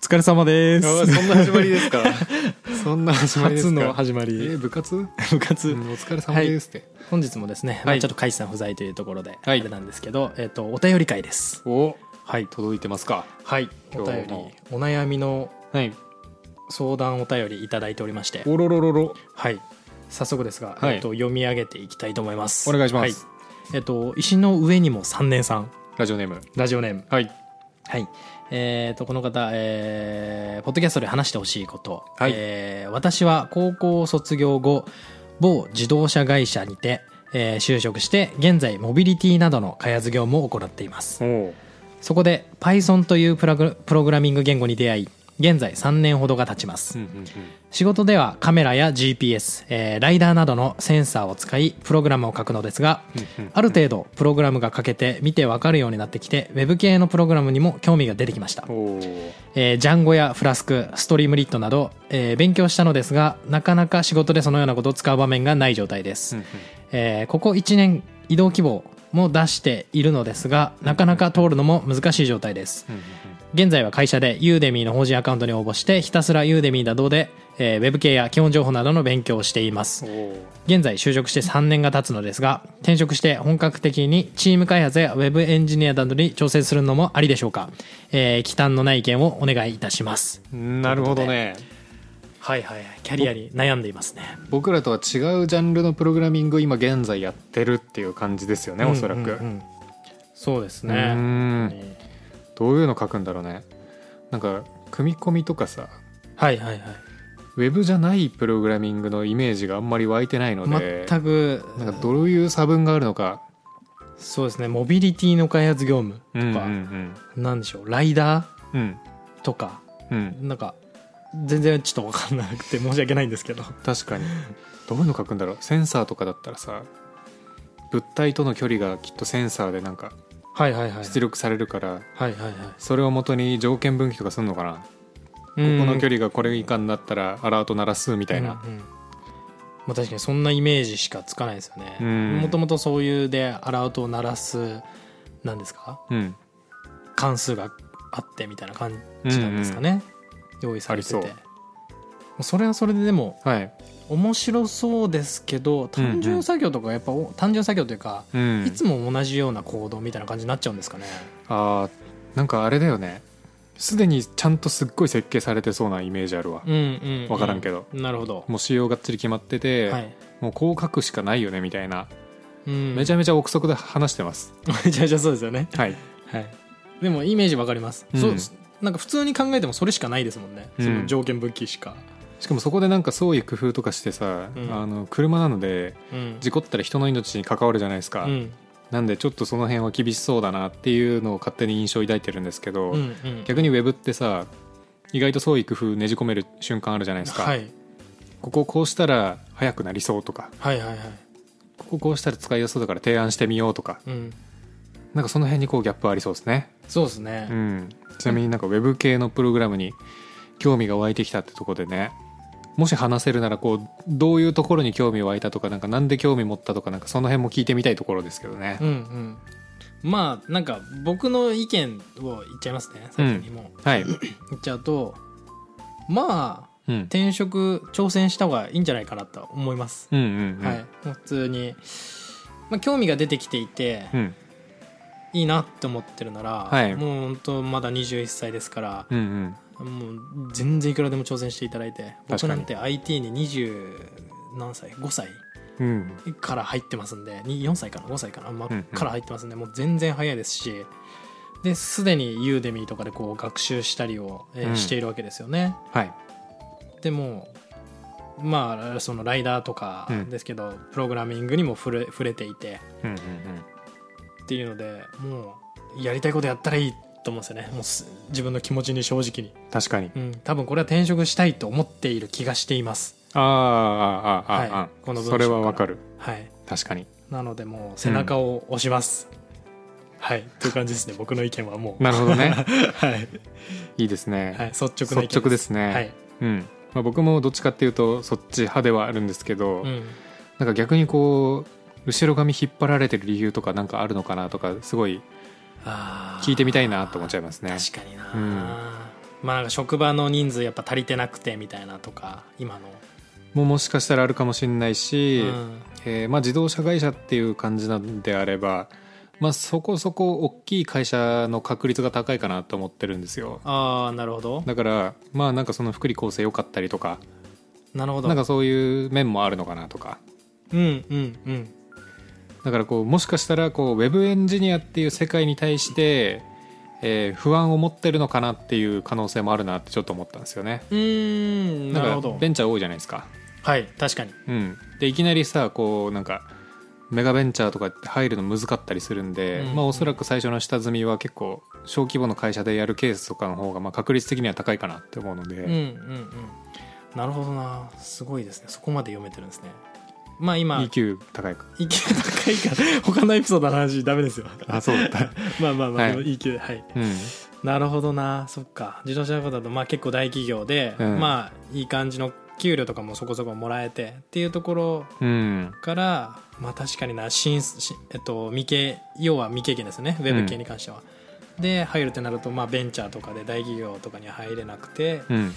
疲れ様ですあーそんな始まりですかそんな始まりです初かの始まえりー 部活、うん部活、お疲れ様ですって、本日もですね、まあはいちょっと海さん不在というところであはいれなんですけど、えっ、とお便り会ですおはい届いてますかはいお今日便りもお悩みのはい相談お便りいただいておりましておろろろろはい早速ですが、はいえっと読み上げていきたいと思いますお願いしますはえっ、と石の上にも三年さんラジオネームラジオネームはいはい。えー、とこの方、えーポッドキャストで話してほしいこと、はいえー私は高校を卒業後某自動車会社にて、えー就職して現在モビリティなどの開発業務を行っていますおおそこで Python というプラグプログラミング言語に出会い現在3年ほどが経ちます、うんうん仕事ではカメラや GPS、えーライダーなどのセンサーを使いプログラムを書くのですがうんうんある程度プログラムが書けて見てわかるようになってきて Web 系のプログラムにも興味が出てきましたうん、おおえージャンゴやフラスクストリームリットなど、えー勉強したのですがなかなか仕事でそのようなことを使う場面がない状態です、えーここ1年移動希望も出しているのですがなかなか通るのも難しい状態です現在は会社でユーデミーの法人アカウントに応募してひたすらユーデミーなどで、えーウェブ系や基本情報などの勉強をしていますお現在就職して3年が経つのですが転職して本格的にチーム開発やウェブエンジニアなどに挑戦するのもありでしょうか、えー、忌憚のない意見をお願いいたしますおなるほどねはいはいはいキャリアに悩んでいますね僕らとは違うジャンルのプログラミングを今現在やってるっていう感じですよねおそらく、うんうんうんそうですうーねんどういうの書くんだろうねなんか組み込みとかさはいはいウェブじゃないプログラミングのイメージがあんまり湧いてないのはでい全くなんかどういう差分があるのかそうですねモビリティの開発業務とかとか、うんなんでしょうライダーうんとかうんうんなんか全然ちょっと分かんなくて申し訳ないんですけど確かにどういうの書くんだろうセンサーとかだったらさ物体との距離がきっとセンサーでなんかはいはいはい出力されるからはいはいはいそれを元に条件分岐とかするのかなここの距離がこれ以下になったらアラート鳴らすみたいなうんうんまあ、確かにそんなイメージしかつかないですようねんもともとそういうでアラートを鳴らすなんですかうん関数があってみたいな感じなんですかね、用意されててあそりそうれはそれででもはい面白そうですけど単純作業とかやっぱ、お単純作業というか、うんいつも同じような行動みたいな感じになっちゃうんですかねあーなんかあれだよねすでにちゃんとすっごい設計されてそうなイメージあるわうんうん、わからんけどなるほど、もう仕様がっちり決まってて、はいもうこう書くしかないよねみたいな、うん、めちゃゃめちゃ憶測で話してます めちゃめちゃそうですよねはいはい、でもイメージわかります、うんそうなんか普通に考えてもそれしかないですもんね、うんその条件分岐しか、しかもそこでなんか創意工夫とかしてさ、うんあの車なのでうん事故ったら人の命に関わるじゃないですか、うんなんでちょっとその辺は厳しそうだなっていうのを勝手に印象を抱いてるんですけど、うんうん、逆にウェブってさ意外と創意工夫ねじ込める瞬間あるじゃないですか、はい、ここをこうしたら速くなりそうとかはいはいはいこここうしたら使いやすそうだから提案してみようとかうん、なんかその辺にこうギャップありそうですね、そうですうね、ん、ちなみになんかウェブ系のプログラムに興味が湧いてきたってとこでねもし話せるならこうどういうところに興味湧いたとかなんかなんで興味持ったとかなんかその辺も聞いてみたいところですけどねうん、うんまあなんか僕の意見を言っちゃいますね先にもうはい、言っちゃうとまあうん、転職挑戦した方がいいんじゃないかなと思います、うんうんうんはいもう普通に、まあ、興味が出てきていて、うんいいなって思ってるなら、はいもう本当まだ21歳ですから、うんうんもう全然いくらでも挑戦していただいて確僕かになんて IT に20何歳5歳うんから入ってますんでに4歳かな5歳かな、まあうんうんから入ってますんでもう全然早いですしですでにユーデミーとかでこう学習したりを、えーうんしているわけですよね。はいでもまあそのライダーとかうんですけど、プログラミングにも触れ触れていてうんうんっていうのでもうやりたいことやったらいいと思うんですよねもうす自分の気持ちに正直に、うん確かにうん、多分これは転職したいと思っている気がしていますあーあーあーあーあー、はいこの文章それはわかるはい確かになのでもう背中を押します、はいという感じですね僕の意見はもうなるほ どねはい、いいですね、はい、率直な意見率直ですね、はい、うんまあ、僕もどっちかっていうとそっち派ではあるんですけど、うん、なんか逆にこう後ろ髪引っ張られてる理由とかなんかあるのかなとかすごいあー聞いてみたいなと思っちゃいますね確かにな、うまあなんか職場の人数やっぱ足りてなくてみたいなとか今のもうもしかしたらあるかもしれないし、うんえーまあ、自動車会社っていう感じなんであれば、まあ、そこそこ大きい会社の確率が高いかなと思ってるんですよああなるほどだからまあなんかその福利厚生良かったりとかなるほどなんかそういう面もあるのかなとかうんうんうんだからこうもしかしたらこうウェブエンジニアっていう世界に対して、えー不安を持ってるのかなっていう可能性もあるなってちょっと思ったんですよねうーんだなるからほどベンチャー多いじゃないですかはい確かにうん、でいきなりさこうなんかメガベンチャーとかって入るの難かったりするんで、うんまあ、おそらく最初の下積みは結構小規模の会社でやるケースとかの方がまあ確率的には高いかなって思うので、うんうんうんなるほどなすごいですねそこまで読めてるんですねまあ今 EQ 高いか意見高いから他のエピソードの話ダメですよあそうだった、 まあまあまあ、はいでもいいけどはいうん、なるほどなそっか自動車のことだとまあ結構大企業で、うんまあいい感じの給料とかもそこそこもらえてっていうところうんからまあ確かにな新しえっと、未経要は未経験ですねウェブ系に関しては、で入るってなると、まあ、ベンチャーとかで大企業とかには入れなくて、うん、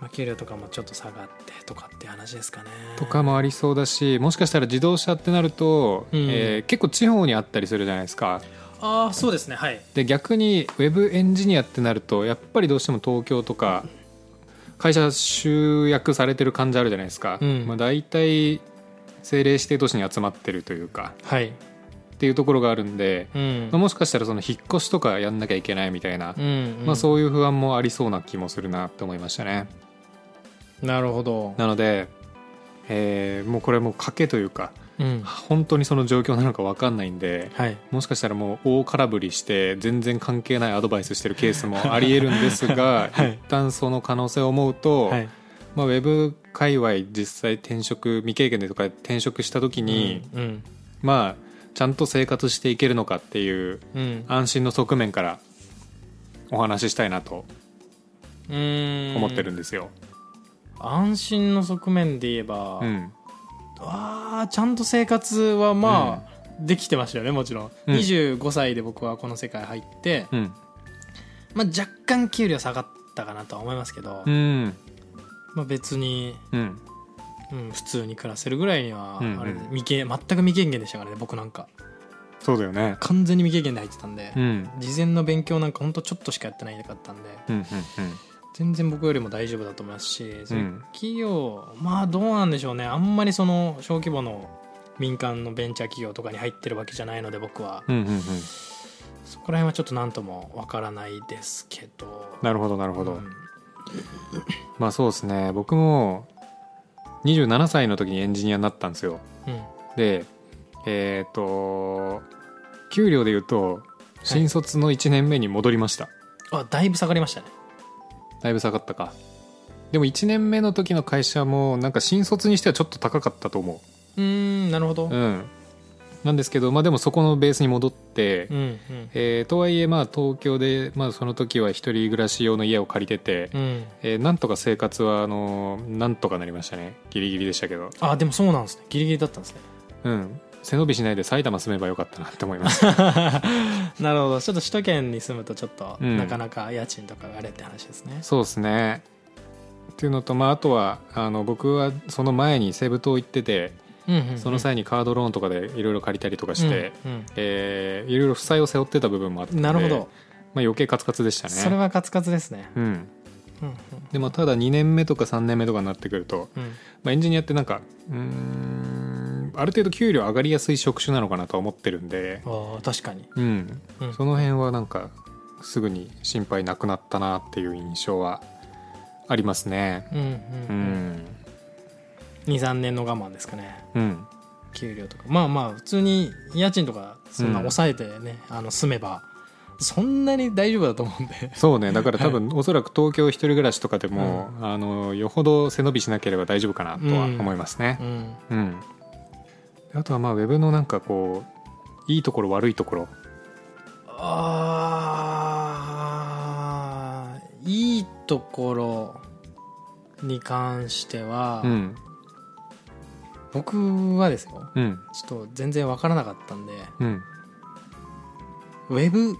まあ、給料とかもちょっと下がってとかって話ですかねとかもありそうだしもしかしたら自動車ってなると、うんえー結構地方にあったりするじゃないですかああそうですねはいで逆にウェブエンジニアってなるとやっぱりどうしても東京とか会社集約されてる感じあるじゃないですか、うんまあ、大体政令指定都市に集まってるというかはいっていうところがあるんで、うんまあ、もしかしたらその引っ越しとかやんなきゃいけないみたいな、うんうんまあ、そういう不安もありそうな気もするなと思いましたねなるほど、なので、えーもうこれもう賭けというかうん、本当にその状況なのか分かんないんではいもしかしたらもう大空振りして全然関係ないアドバイスしてるケースもありえるんです が、はい一旦その可能性を思うと、はいまあ、ウェブ界隈実際転職未経験でとか転職した時に、うんまあちゃんと生活していけるのかっていううん安心の側面からお話ししたいなとうん思ってるんですよ。安心の側面で言えば、うんあーちゃんと生活はまあ、できてましたよねもちろん、うん25歳で僕はこの世界入って、うんまあ、若干給料下がったかなとは思いますけど、うんまあ、別に、うんうん、普通に暮らせるぐらいには、うんうんあれ未経全く未経験でしたからね僕なんかそうだよね。完全に未経験で入ってたんで、うん事前の勉強なんかほんとちょっとしかやってないかったんでうんうん全然僕よりも大丈夫だと思いますし、そうういうん企業まあどうなんでしょうねあんまりその小規模の民間のベンチャー企業とかに入ってるわけじゃないので僕は、うんうんうんうんそこら辺はちょっと何ともわからないですけどなるほどなるほど。うんまあそうですね僕も27歳の時にエンジニアになったんですようんでえっ、と給料で言うと新卒の1年目に戻りました、あだいぶ下がりましたねだいぶ下がったかでも1年目の時の会社もなんか新卒にしてはちょっと高かったと思うーんなるほどううんなんですけどまあでもそこのベースに戻って、うんうんえーとはいえまあ東京で、まあ、その時は一人暮らし用の家を借りてて、うんえーなんとか生活はあのなんとかなりましたねギリギリでしたけどあでもそうなんですねギリギリだったん ですねうん、背伸びしないで埼玉住めばよかったなって思います なるほどちょっと首都圏に住むとちょっと、うんなかなか家賃とかがあれって話ですねそうですねっていうのと、まあ、あとはあの僕はその前に西武島行っててうんうんうんその際にカードローンとかでいろいろ借りたりとかして、うんえーいろいろ負債を背負ってた部分もあってうんなるほど、まあ、余計カツカツでしたねそれはカツカツですねうん、うんうんでもただ2年目とか3年目とかになってくると、うんまあ、エンジニアってなんかうーんある程度給料上がりやすい職種なのかなとは思ってるんで、あー確かに、うん、うん、その辺はなんかすぐに心配なくなったなっていう印象はありますね。うんうんううんん、 23年の我慢ですかねうん、給料とかまあまあ普通に家賃とかそんな抑えてね、あの住めばそんなに大丈夫だと思うんでそうねだから多 分おそらく東京一人暮らしとかでも、あのよほど背伸びしなければ大丈夫かなとは思いますねう。んうん、であとはまあウェブのなんかこういいところ悪いところ、あーいいところに関しては、うん僕はですようんちょっと全然わからなかったんでうん、ウェブウ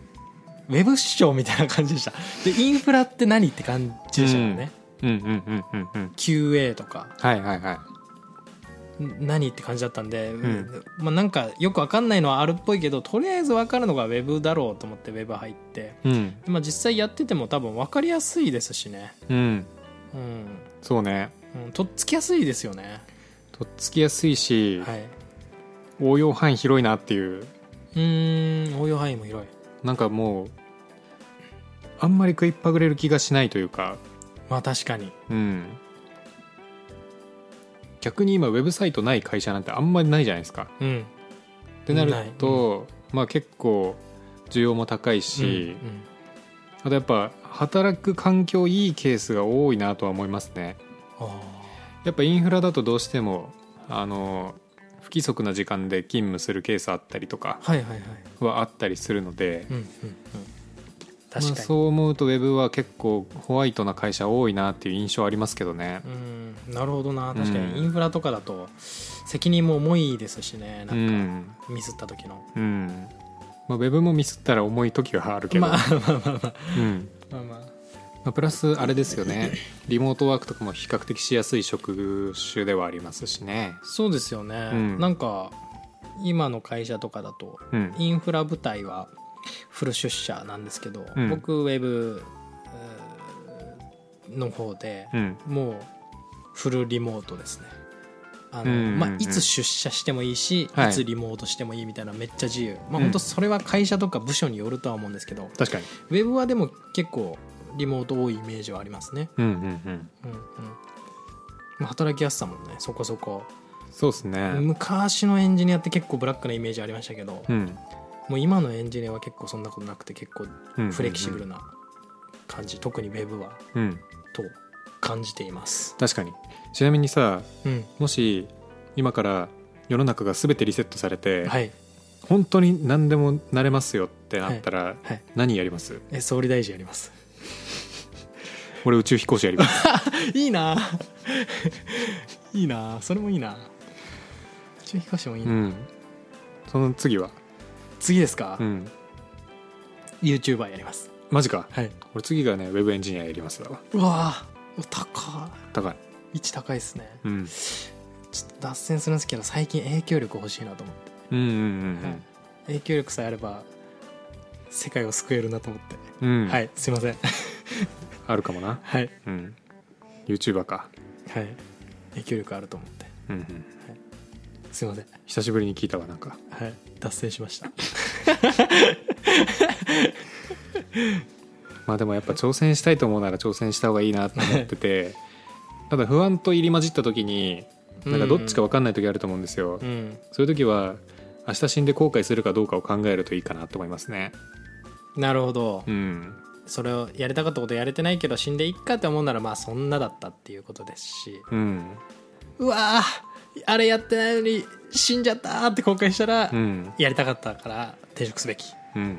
ェブ市場みたいな感じでしたでインフラって何って感じでしたよね、うんうんうんうんうん QA とかはいはいはいん何って感じだったんで、んまあ、なんかよく分かんないのはあるっぽいけどとりあえず分かるのがウェブだろうと思ってウェブ入って、うんまあ、実際やってても多分分かりやすいですしねうんうん、そうねうん、とっつきやすいですよねとっつきやすいし、はい応用範囲広いなっていううーん応用範囲も広いなんかもうあんまり食いっぱぐれる気がしないというかまあ確かにうん逆に今ウェブサイトない会社なんてあんまりないじゃないですかうんってなるとまあ結構需要も高いし、うんうんあとやっぱ働く環境いいケースが多いなとは思いますねあやっぱインフラだとどうしてもあの不規則な時間で勤務するケースあったりとかーはいはいはいはあったりするので、うんうんうんまあ、確かに、そう思うとウェブは結構ホワイトな会社多いなっていう印象ありますけどねうんなるほどな確かうんにインフラとかだと責任も重いですしねなうんかんミスった時の、うんまあ、ウェブもミスったら重い時はあるけど、まあまあまあまあうんまあままあ、プラスあれですよねリモートワークとかも比較的しやすい職種ではありますしねあそうですよね、うんなんか今の会社とかだとうんインフラ部隊はフル出社なんですけど、うん僕ウェブうーの方でうんもうフルリモートですねあの、うんうんうんまあ、いつ出社してもいいし、はいい、つリモートしてもいいみたいなめっちゃ自由まあうん本当それは会社とか部署によるとは思うんですけど、確かにウェブはでも結構リモート多いイメージはありますね。うんうんうんうんうんまあ働きやすさもねそこそこそうですね昔のエンジニアって結構ブラックなイメージありましたけど、うんもう今のエンジニアは結構そんなことなくて結構うんフレキシブルな感じ、特にウェブはうん、うん、と感じています。確かにちなみにさうんもし今から世の中が全てリセットされて、はい本当に何でもなれますよってなったら、はい、何やりますえ総理大臣やります俺宇宙飛行士やります いいな いいなそれもいいな中飛行士もいいうな、んその次は次ですか、うん YouTuber やりますマジかはい俺次がねウェブエンジニアやりますだわうわー高い高い位置高いですねうんちょっと脱線するんですけど最近影響力欲しいなと思ってうんうんうん影響力さえあれば世界を救えるなと思って、うん、うんはいすいません あるかもなはいうん、YouTuber か、はい影響力あると思ってうんうん、すいません久しぶりに聞いたわなんかはい脱線しましたまあでもやっぱ挑戦したいと思うなら挑戦した方がいいなと思っ ててただ不安と入り混じった時になんかどっちか分かんない時あると思うんですよ、うんそういう時は明日死んで後悔するかどうかを考えるといいかなと思いますねなるほどうんそれをやりたかったことやれてないけど死んでいっかって思うならまあそんなだったっていうことですしうんうわーあれやってないのに死んじゃったーって後悔したら、うんやりたかったから転職すべき、うん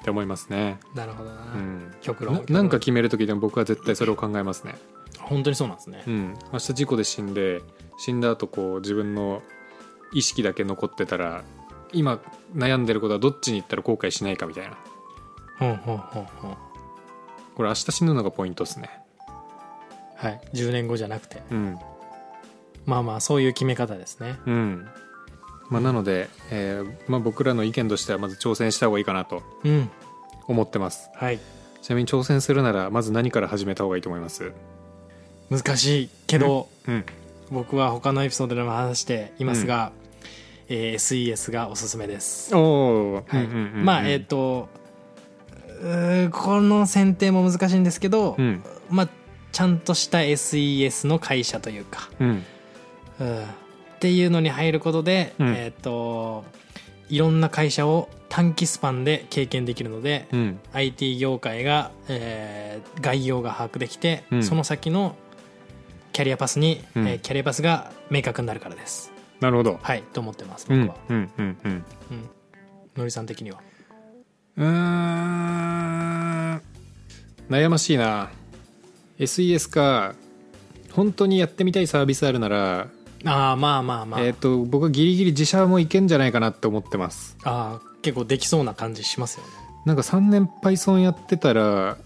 って思いますねなるほどな、うん極論ななんか決める時でも僕は絶対それを考えますね本当にそうなんですねう、ん明日事故で死んで死んだ後こう自分の意識だけ残ってたら今悩んでることはどっちに行ったら後悔しないかみたいなほんほんほんほんこれ明日死ぬのがポイントですねはい10年後じゃなくてうんまあまあそういう決め方ですねうんまあ、なので、えーまあ、僕らの意見としてはまず挑戦した方がいいかなとうん思ってますはいちなみに挑戦するならまず何から始めた方がいいと思います難しいけど、うん僕は他のエピソードでも話していますが、えー SES がおすすめですおおはいまあえっ、とうーこの選定も難しいんですけど、うんまあちゃんとした SES の会社というか、うんうんっていうのに入ることで、うんえっ、といろんな会社を短期スパンで経験できるので、うん IT 業界が、えー概要が把握できて、うんその先のキャリアパスに、うんえーキャリアパスが明確になるからですなるほどはいと思ってますうん僕は、うんうんうんうんのりさん的にはうーん悩ましいな SES か本当にやってみたいサービスあるなら、ああまあまあまあ、えっと僕はギリギリ自社もいけんじゃないかなって思ってますあー結構できそうな感じしますよねなんか3年 Python やってたら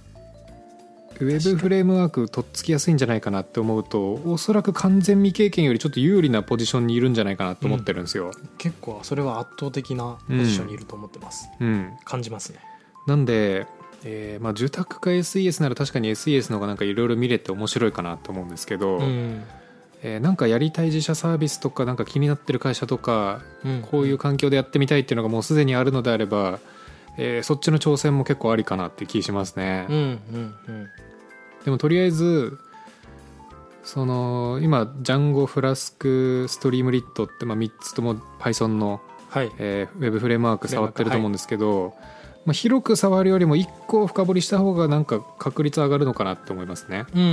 ウェブフレームワークとっつきやすいんじゃないかなって思うとおそらく完全未経験よりちょっと有利なポジションにいるんじゃないかなと思ってるんですよ。結構それは圧倒的なポジションにいると思ってます、うん、感じますねなんで、えーまあ、住宅か SES なら確かに SES の方がなんかいろいろ見れて面白いかなと思うんですけど、うん、えーなんかやりたい自社サービスとかなんか気になってる会社とかうん、こういう環境でやってみたいっていうのがもうすでにあるのであれば、えーそっちの挑戦も結構ありかなって気しますね。うんうんうんでもとりあえずその今ジャンゴフラスクストリームリットって、まあ、3つとも Python の、はいえーウェブフレームワーク触ってると思うんですけど、まあ、広く触るよりも1個深掘りした方がなんか確率上がるのかなって思いますね。うんう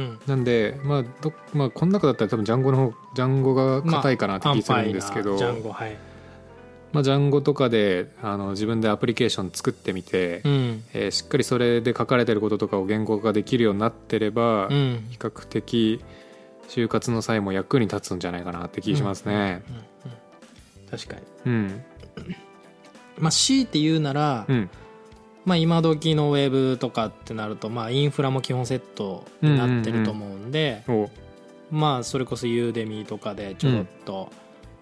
んなんで、まあどまあ、この中だったら多分ジャンゴの方ジャンゴが硬いかなってうん気するんですけど、ジャンゴはいまあ、ジャンゴとかであの自分でアプリケーション作ってみて、うんえーしっかりそれで書かれてることとかを言語化できるようになってれば、うん比較的就活の際も役に立つんじゃないかなって気しますね。うんうん確かにうん、まあ強いて言うなら、うん、まあ今時のウェブとかってなるとまあインフラも基本セットになってると思うんで、お、まあそれこそユーデミとかでちょろっと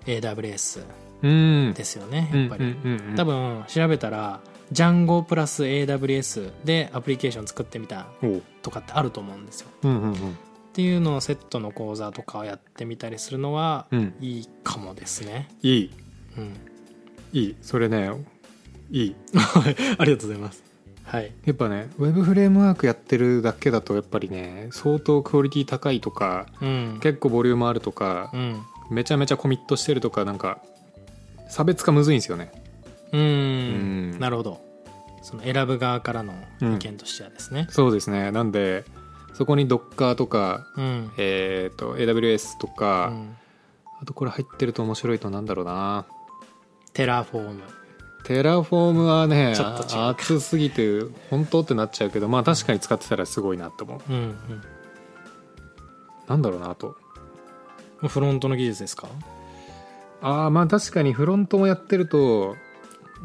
AWS うん、ですよね、うんやっぱり、うんうんうん多分調べたらジャンゴプラス AWS でアプリケーション作ってみたお、とかってあると思うんですようんうんうんっていうのをセットの講座とかをやってみたりするのはうん、いいかもですね、いい、うん、いい、それね、いい。 ありがとうございますはいやっぱね、ウェブフレームワークやってるだけだとやっぱりね、相当クオリティ高いとか、うん結構ボリュームあるとかう、んめちゃめちゃコミットしてるとかなんか差別化むずいんですよね。うんんなるほどその選ぶ側からの意見としてはですねそうですね。なんでそこに Docker とか、うん、えっ、と AWS とうか、ん、あとこれ入ってると面白いとなんだろうなテラフォームテラフォームはねちょっと違うか熱すぎて本当ってなっちゃうけどまあ確かに使ってたらすごいなと思ううんうんなんだろうなあとフロントの技術ですかああまあ確かにフロントもやってると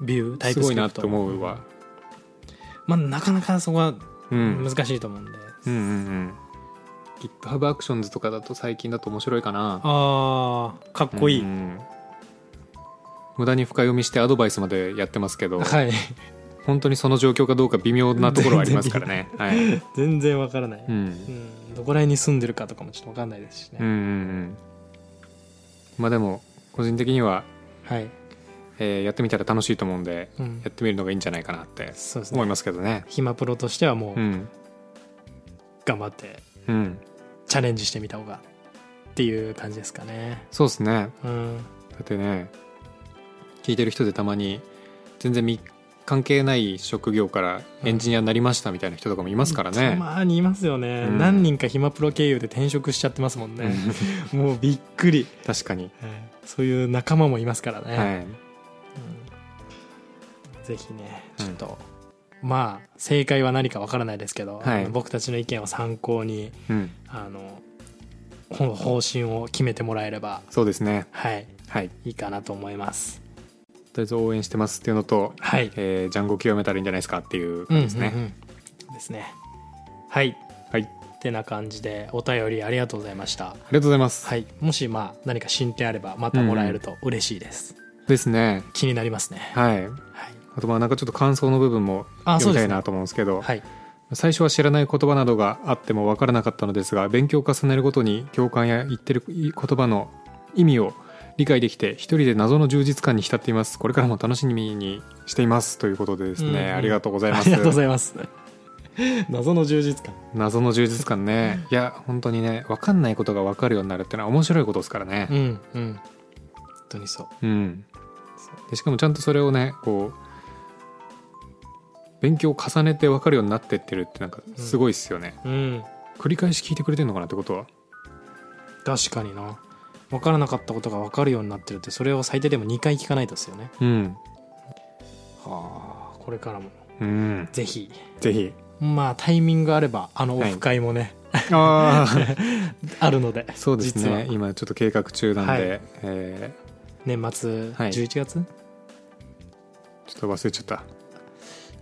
ビュータイすプスごクいリプトなと思うわまあなかなかそこはうん、うん、難しいと思うんで、うんうん GitHub Actions とかだと最近だと面白いかなああかっこいい、うんうん無駄に深読みしてアドバイスまでやってますけど、 はい本当にその状況かどうか微妙なところはありますからね。 はい、全然わからない、ううんんどこら辺に住んでるかとかもちょっとわかんないですしうんうんうね、んまあでも個人的には、はい、えーやってみたら楽しいと思うんでうんや、ってみるのがいいんじゃないかなってそうです思いねますけどね暇プロとしてはもううん頑張ってうんチャレンジしてみた方がっていう感じですかねそうですねうんだってね聞いてる人でたまに全然み関係ない職業からエンジニアになりましたみたいな人とかもいますからたね、まにいますよね、うん何人か暇プロ経由で転職しちゃってますもんね、もうびっくり、確かに、はいそういう仲間もいますからね、はい、うんぜひねうんちょっと、まあ正解は何かわからないですけど、はいあの僕たちの意見を参考にうん、あのほ方針を決めてもらえればそうですねはいはいいいかなと思いますとりあえず応援してますっていうのと、はい、えー、ジャンゴ極めたらいいんじゃないですかっていううん感じですね、うんうんですねはいはいあてな感じでお便りありがとうございましたりがとうございます、はいもしまあ何か進展あればまたもらえると嬉しいです、ですね気になりますねはいはいあとまあなんかちょっと感想の部分もあ読そうでみたすいねなと思うんですけどはい最初は知らない言葉などがあっても分からなかったのですが勉強を重ねるごとに共感や言ってる言葉の意味を理解できて一人で謎の充実感に浸っていますこれからも楽しみにしていますということでですね、うんうんありがとうござ いあますりがとうございます謎の充実感 謎の充実感ねいや本当にね分かんないことが分かるようになるってのは面白いことですからねうんうん本当にそううん、でしかもちゃんとそれをねこう勉強を重ねて分かるようになってってるってなんかすごいっすよね、うん繰り返し聞いてくれてるのかなってことは確かにな分からなかったことが分かるようになってるってそれを最低でも2回聞かないとですよねうんはあこれからもうんぜひぜひまあタイミングあればあのオフ会もね、あああるので そうです実はね今ちょっと計画中なんで、はいえ年末はい11月、ーちょっと忘れちゃった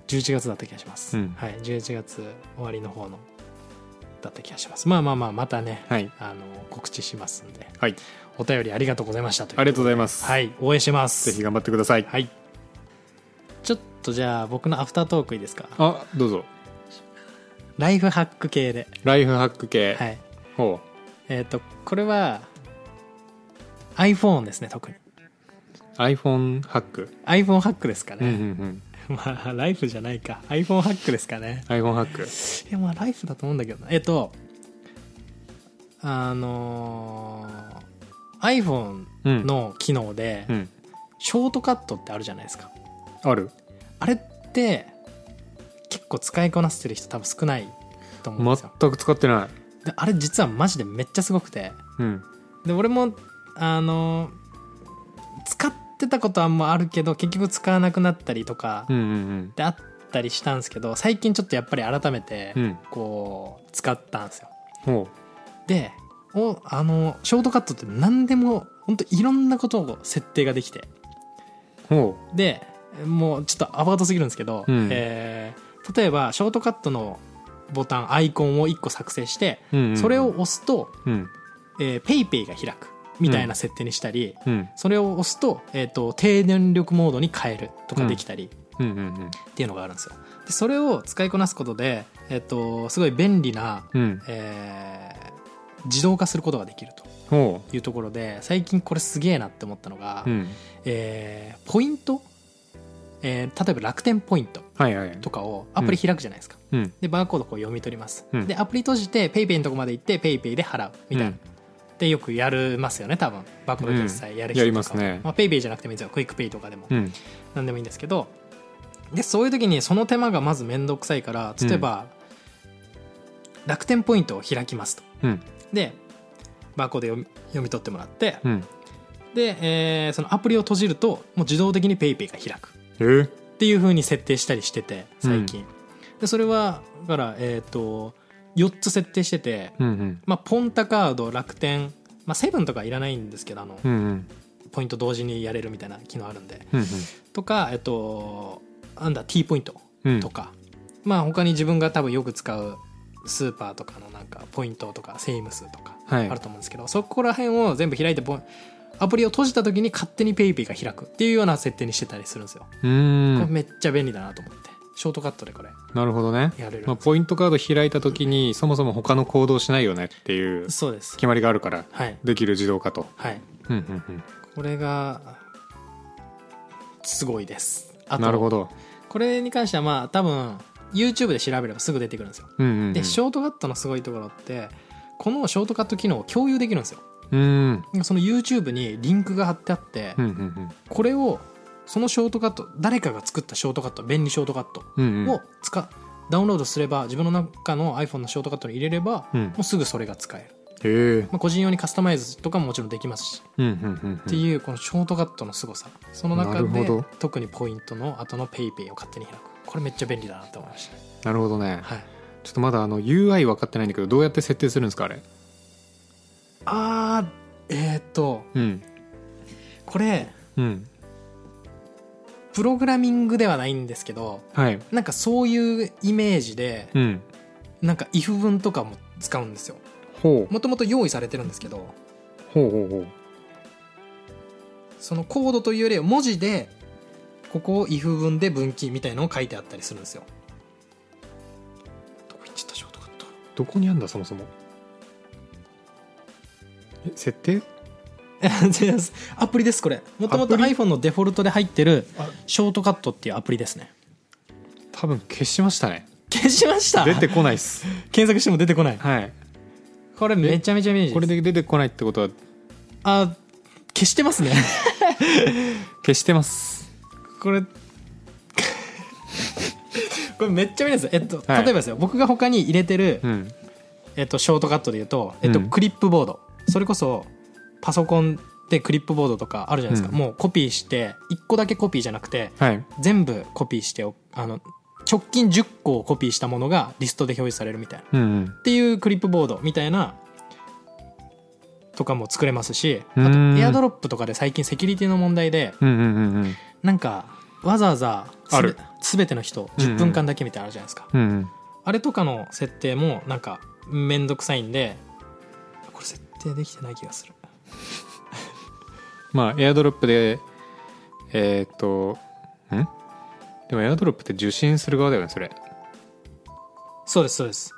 11月だった気がします、うんはい、11月終わりの方のだった気がしますまあまあまあまたねはいあの告知しますんではいお便りありがとうございましたというありがとうございます、はい応援してまぜひす頑張ってください、はいちょっとじゃあ僕のアフタートークいいですかあどうぞライフハック系でライフハック系、はいほえっ、とこれは iPhone ですね特にう iPhone ハック、 iPhone ハックですかうんうんね、うん、 まあライフじゃないか iPhone ハックですか ね iPhone ハックいやまあライフだと思うんだけどなえっとあのー iPhone うんの機能で、うんショートカットってあるじゃないですかあるあれって結構使いこなせてる人多分少ないと思うんですよ、全く使ってないであれ実はマジでめっちゃすごくてうんで俺もあの使ってたことはもうあるけど結局使わなくなったりとかうんうんであったりしたんですけど最近ちょっとやっぱり改めてうんうんこう使ったんですよほでおあのショートカットって何でも本当いろんなことを設定ができてうほでもうちょっとアバウトすぎるんですけど、うんえー例えばショートカットのボタンアイコンを1個作成してう、うんうんうんそれを押すと、うんえー、ペイペイが開くみたいな設定にしたり、うんそれを押すと,、えー、と低電力モードに変えるとかできたりうんうんっていうのがあるんですよ。でそれを使いこなすことで、えー、とすごい便利な、うんうんえー自動化することができるとほいうところで最近これすげえなって思ったのが、ううんえーポイント、えー例えば楽天ポイントはいはいとかをアプリ開くじゃないですか。うんでバーコードこう読み取ります、うんでアプリ閉じて PayPay ペイペイのとこまで行って PayPay ペイペイで払うみたいな、うんでよくやるますよね多分バーコード決済やる人とかは、やりますねまあ、ペイペイじゃなくてもいいんですよクイックペイとかでも、うんなんでもいいんですけどでそういう時にその手間がまず面倒くさいから例えば、楽天ポイントを開きますとうんでバーコード読み読み取ってもらって、うんで、えーそのアプリを閉じるともう自動的に PayPay ペイペイが開くえーっていう風に設定したりしてて最近、でそれはだからえっ、と4つ設定してて、うんうんまあ、ポンタカード楽天、まあ、セブンとかいらないんですけどあの、うんうんポイント同時にやれるみたいな機能あるんでうんとかえっ、となんだ T ポイントうんうんとか、まあ他に自分が多分よく使うスーパーとかのなんかポイントとかセイムスとかはあいると思うんですけど、そこら辺を全部開いてポンアプリを閉じた時に勝手に PayPay ペイペイが開くっていうような設定にしてたりするんですようーこれんめっちゃ便利だなと思ってショートカットでこれなるほどねやれるまあポイントカード開いた時にそもそも他の行動しないよねっていうそうです決まりがあるからはいできる自動化とはいうんうんこれがすごいですうあんなるとほどこれに関してはまあ多分 YouTube で調べればすぐ出てくるんですようんうんうんでショートカットのすごいところってこのショートカット機能を共有できるんですようんその YouTube にリンクが貼ってあって、うんうんこれをそのショートカット誰かが作ったショートカット便利ショートカットうんうんうんを使、ダウンロードすれば自分の中の iPhone のショートカットに入れれば、うんもうすぐそれが使える、へえまあ、個人用にカスタマイズとかももちろんできますし、うんうんうんっていうこのショートカットの凄さそのな中るほでど特にポイントの後の PayPay ペイペイを勝手に開くこれめっちゃ便利だなと思いました、なるほどねはい、ちょっとまだあの UI 分かってないんだけどどうやって設定するんですかあれあーえーっとうんこれうんプログラミングではないんですけどはいなんかそういうイメージでうんなんか if 文とかも使うんですよほうもともと用意されてるんですけどほうほうほうそのコードというよりは文字でここを if 文で分岐みたいのを書いてあったりするんですよどこ行っちゃったショートカットどこにあんだそもそもえ設定え 違いますアプリですこれもともとアプ iPhone のデフォルトで入ってるあショートカットっていうアプリですね多分消しましたね消しました出てこないっす検索しても出てこないはいこれめちゃめちゃイメージこれで出てこないってことはあ消してます ね消してますこれこれめっちゃ便利ですえっと、はい例えばですよ僕が他に入れてる、うんえっと、ショートカットで言うと、えっとうんクリップボードそれこそパソコンでクリップボードとかあるじゃないですか、うんもうコピーして1個だけコピーじゃなくてはい全部コピーしておあの直近10個をコピーしたものがリストで表示されるみたいなっうんうんていうクリップボードみたいなとかも作れますしうーんエアドロップとかで最近セキュリティの問題でうんうんうんうんなんかわざわざすべある全ての人うんうん10分間だけみたいなのあるじゃないですか、うんうんあれとかの設定もなんかめんどくさいんでこれ設定できてない気がするまあエアドロップでえーっとんでもエアドロップって受信する側だよねそれそうですそうです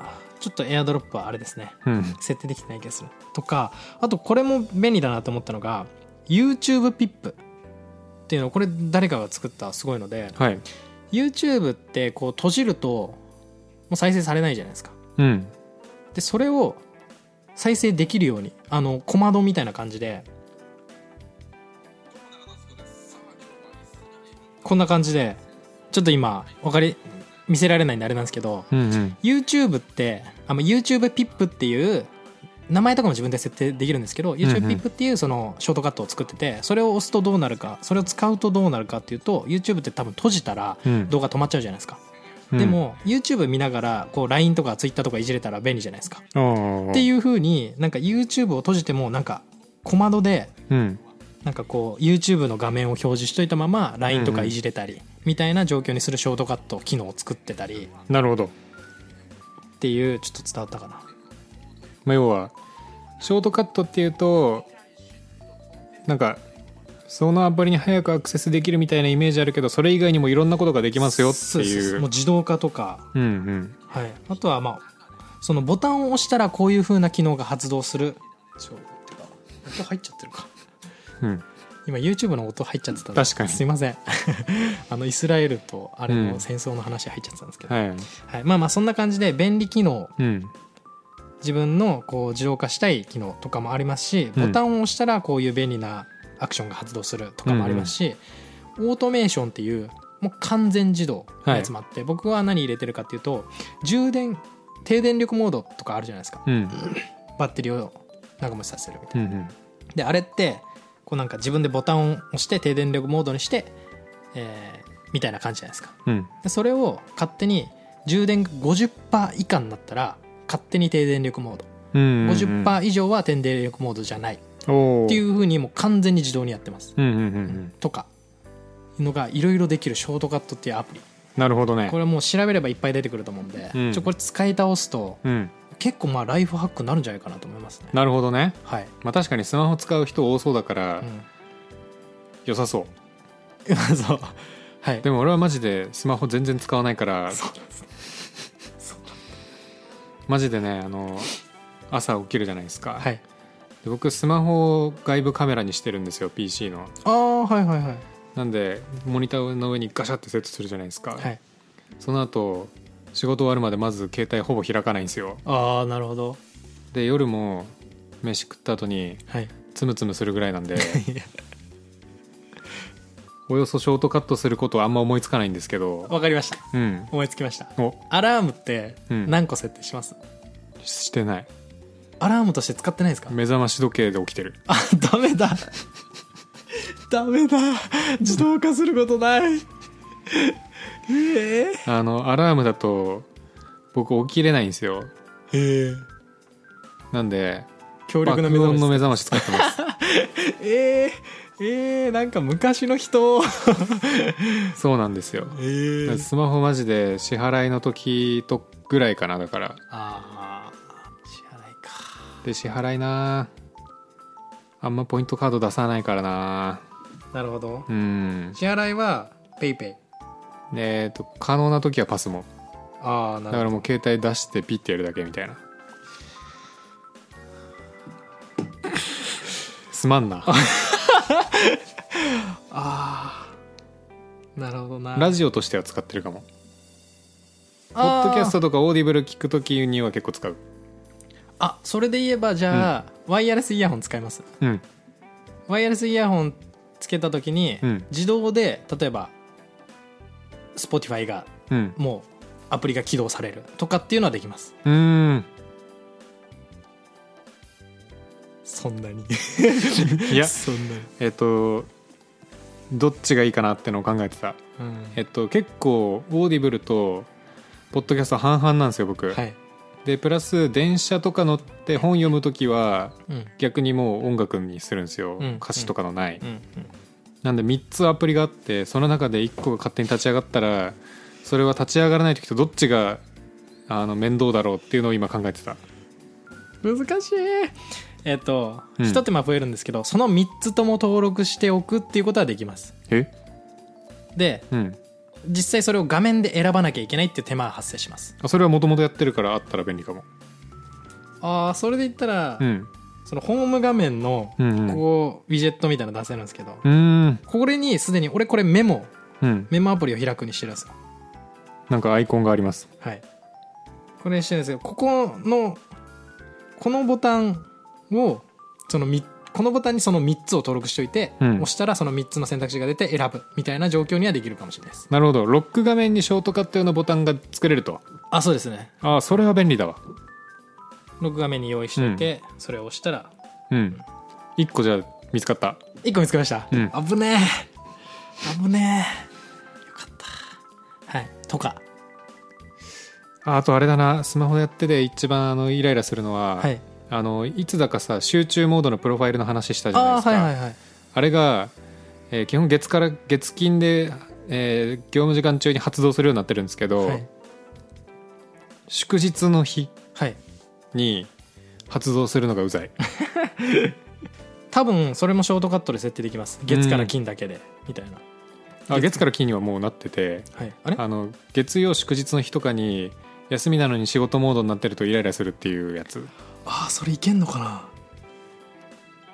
あちょっとエアドロップはあれですねうん設定できてない気がするとかあとこれも便利だなと思ったのが YouTube ピップっていうのこれ誰かが作ったすごいのではい YouTube ってこう閉じるともう再生されないじゃないですかうんでそれを再生できるようにあの小窓みたいな感じでこんな感じでちょっと今分かり見せられないんであれなんですけどうんうん YouTube ってあの YouTube ピップっていう名前とかも自分で設定できるんですけど、うん YouTube ピップっていうそのショートカットを作っててそれを押すとどうなるかそれを使うとどうなるかっていうと YouTube って多分閉じたらうん動画止まっちゃうじゃないですか、うんでも YouTube 見ながらこう LINE とか Twitter とかいじれたら便利じゃないですかあーっていう風になんか YouTube を閉じてもなんか小窓でうんなんかこう YouTube の画面を表示しといたまま LINE とうんかうんいじれたりみたいな状況にするショートカット機能を作ってたりなるほど、っていうちょっと伝わったかなまあ、要はショートカットっていうとなんかそのアプリに早くアクセスできるみたいなイメージあるけどそれ以外にもいろんなことができますよってそうですそういでうすもう自動化とか、うんうんはい、あとはまあそのボタンを押したらこういう風な機能が発動するちょてか音入っちゃってるかうん今 YouTube の音入っちゃってたんで確かにすいません あのイスラエルとあれの戦争の話入っちゃってたんですけど、はいはい、まあまあそんな感じで便利機能うん自分のこう自動化したい機能とかもありますしうんボタンを押したらこういう便利なアクションが発動するとかもありますし、オートメーションっていうもう完全自動のやつもあって、僕は何入れてるかっていうと充電低電力モードとかあるじゃないですかうんバッテリーを長持ちさせるみたいうんうんなであれってこうなんか自分でボタンを押して低電力モードにして、えーみたいな感じじゃないですかうんでそれを勝手に充電が50%以下になったら勝手に低電力モードうんうんうん50%以上は低電力モードじゃないっおーていうふうにもう完全に自動にやってますうんうんうんうんとかのがいろいろできるショートカットっていうアプリなるほどねこれもう調べればいっぱい出てくると思うんで、うんちょこれ使い倒すとうん結構まあライフハックになるんじゃないかなと思いますねなるほどねはい、まあ確かにスマホ使う人多そうだからう、良さそうん そうはいでも俺はマジでスマホ全然使わないからそうなんですねマジでねあの朝起きるじゃないですか、はいで僕スマホを外部カメラにしてるんですよ PC のああはいはいはいなんでモニターの上にガシャってセットするじゃないですか、はいその後仕事終わるまでまず携帯ほぼ開かないんですよああなるほどで夜も飯食った後にはい つむつむするぐらいなんでおよそショートカットすることはあんま思いつかないんですけどわかりましたうん思いつきましたおアラームってうん何個設定します、してないアラームとして使ってないですか目覚まし時計で起きてるあダメだダメだ自動化することないええあのアラームだと僕起きれないんですよええなんで強力爆な目覚音のまし目覚まし使ってますええええなんか昔の人そうなんですよ ええだからスマホマジで支払いの時とぐらいかなだからああ支払いかで支払いなあんまポイントカード出さないからななるほどうん支払いはペイペイえっ、と可能な時はパスもああだなかるらほもう携帯出してピッてやるだけみたいなすまんなどああなるほどなラジオとしては使ってるかもポあーッドキャストとかオーディブル聞く時には結構使うあそれで言えばじゃあ、ワイヤレスイヤホン使いますうんワイヤレスイヤホンつけた時に、うん自動で例えば Spotify がうんもうアプリが起動されるとかっていうのはできますうーんそんなにい やそんなに、 えっとどっちがいいかなってのを考えてたえっと結構オーディブルとポッドキャスト半々なんですよ僕、はい、でプラス電車とか乗って本読む時はうん逆にもう音楽にするんですよ、うん歌詞とかのない、うんなんで3つアプリがあってその中で1個が勝手に立ち上がったらそれは立ち上がらない時とどっちがあの面倒だろうっていうのを今考えてた難しいえっと、うん一手間増えるんですけどその3つとも登録しておくっていうことはできますえでうん実際それを画面で選ばなきゃいけないっていう手間は発生しますあそれはもともとやってるからあったら便利かも、ああそれで言ったら、うん、そのホーム画面のうんうんここウィジェットみたいなの出せるんですけど、うーんこれにすでに俺これメモうんメモアプリを開くにしてるんですよなんかアイコンがありますはいこれにしてるんですけどここのこのボタンをそのみこのボタンにその3つを登録しておいて、うん押したらその3つの選択肢が出て選ぶみたいな状況にはできるかもしれないですなるほどロック画面にショートカット用のボタンが作れるとあそうですねああそれは便利だわ録画面に用意しておいて、それを押したらうん1個じゃあ見つかった1個見つけました、うん危ねえ危ねえよかったはいとかああとあれだなスマホやってて一番あのイライラするのは、はいあのいつだかさ集中モードのプロファイルの話したじゃないあであすかーあ,、はいはいはいれが、えー基本月から月金で、えー業務時間中に発動するようになってるんですけど、はい祝日の日はいに発動するのがうざい多分それもショートカットで設定できます月から金だけで、みたいなあ月から金にはもうなっててはいあれあの月曜祝日の日とかに休みなのに仕事モードになってるとイライラするっていうやつああそれいけんのかな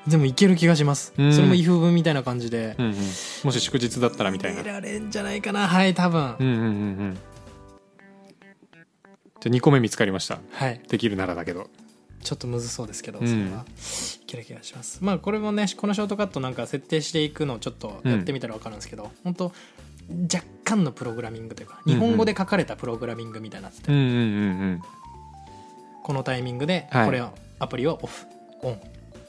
でもいける気がします、うんそれも異風文みたいな感じで、うんうん、もし祝日だったらみたいな入れられんじゃないかなはい多分、うんうんうんうんじゃあ2個目見つかりましたはいできるならだけどちょっとむずそうですけど、うんそれはいける気がしますまあこれもねこのショートカットなんか設定していくのをちょっとやってみたら分かるんですけど、本当若干のプログラミングというかうん日本語で書かれたプログラミングみたいになってて、うんうんうんこのタイミングではいこれを、アプリをオフオン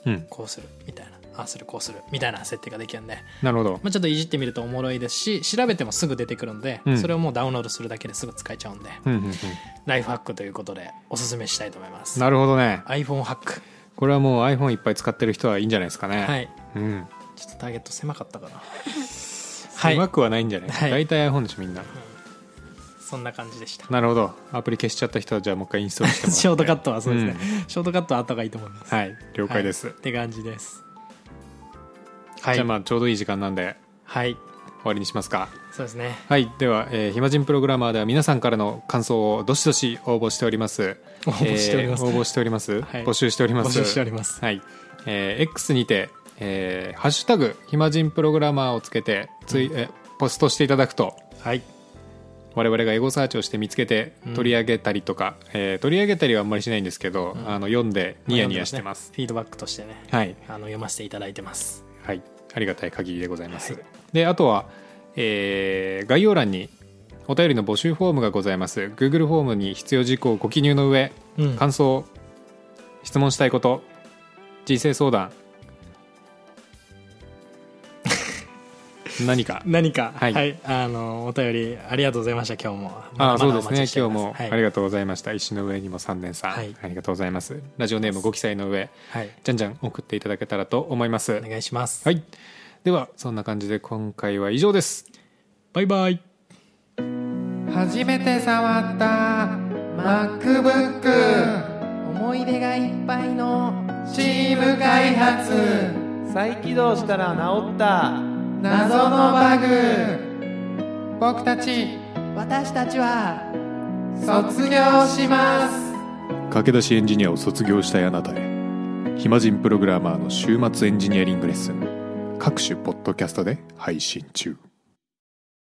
うんうんこうするみたいなああするこうするみたいな設定ができるんで、なるほどまあ、ちょっといじってみるとおもろいですし調べてもすぐ出てくるんで、うんそれをもうダウンロードするだけですぐ使えちゃうんでうんうんうんライフハックということでおすすめしたいと思いますなるほどね iPhone ハックこれはもう iPhone いっぱい使ってる人はいいんじゃないですかねはいうんちょっとターゲット狭かったかなはうまいくはないんじゃない、はい大体 iPhone でしょみんなそんな感じでしたなるほどアプリ消しちゃった人はじゃあもう一回インストールしてもらってショートカットはそうですね、ショートカットはあった方がいいと思いますはい了解です、はいって感じですはいじゃあまあちょうどいい時間なんではい終わりにしますかそうですねはいでは、えー、暇人プログラマーでは皆さんからの感想をどしどし応募しております応募しておりますえー応募しております、はい募集しておりま募す集しておりますはい、えー X にて、えーハッシュタグ暇人プログラマーをつけてつい、えポストしていただくとはい我々がエゴサーチをして見つけてうん取り上げたりとか、えー取り上げたりはあんまりしないんですけど、あの読んでニヤニヤしてます,、フィードバックとしてねはい、あの読ませていただいてますはい、ありがたい限りでございます、であとは、えー概要欄にお便りの募集フォームがございます Google フォームに必要事項をご記入の上うん感想質問したいこと人生 相談何か何か、ははいい、あの、お便りありがとうございました、今日も。あまあだそうまだでおす待ねちして今お日りますもはい、ありがとうございました、石の上にも3年さん、はいありがとうございますラジオネームご記載の上はい、じゃんじゃん送っていただけたらと思いますお願いします。はいではそんな感じで今回は以上ですバイバイ。初めて触った MacBook 思い出がいっぱいのチーム開発再起動したら治った謎のバグ僕たち私たちは卒業します駆け出しエンジニアを卒業したいあなたへ暇人プログラマーの週末エンジニアリングレッスン各種ポッドキャストで配信中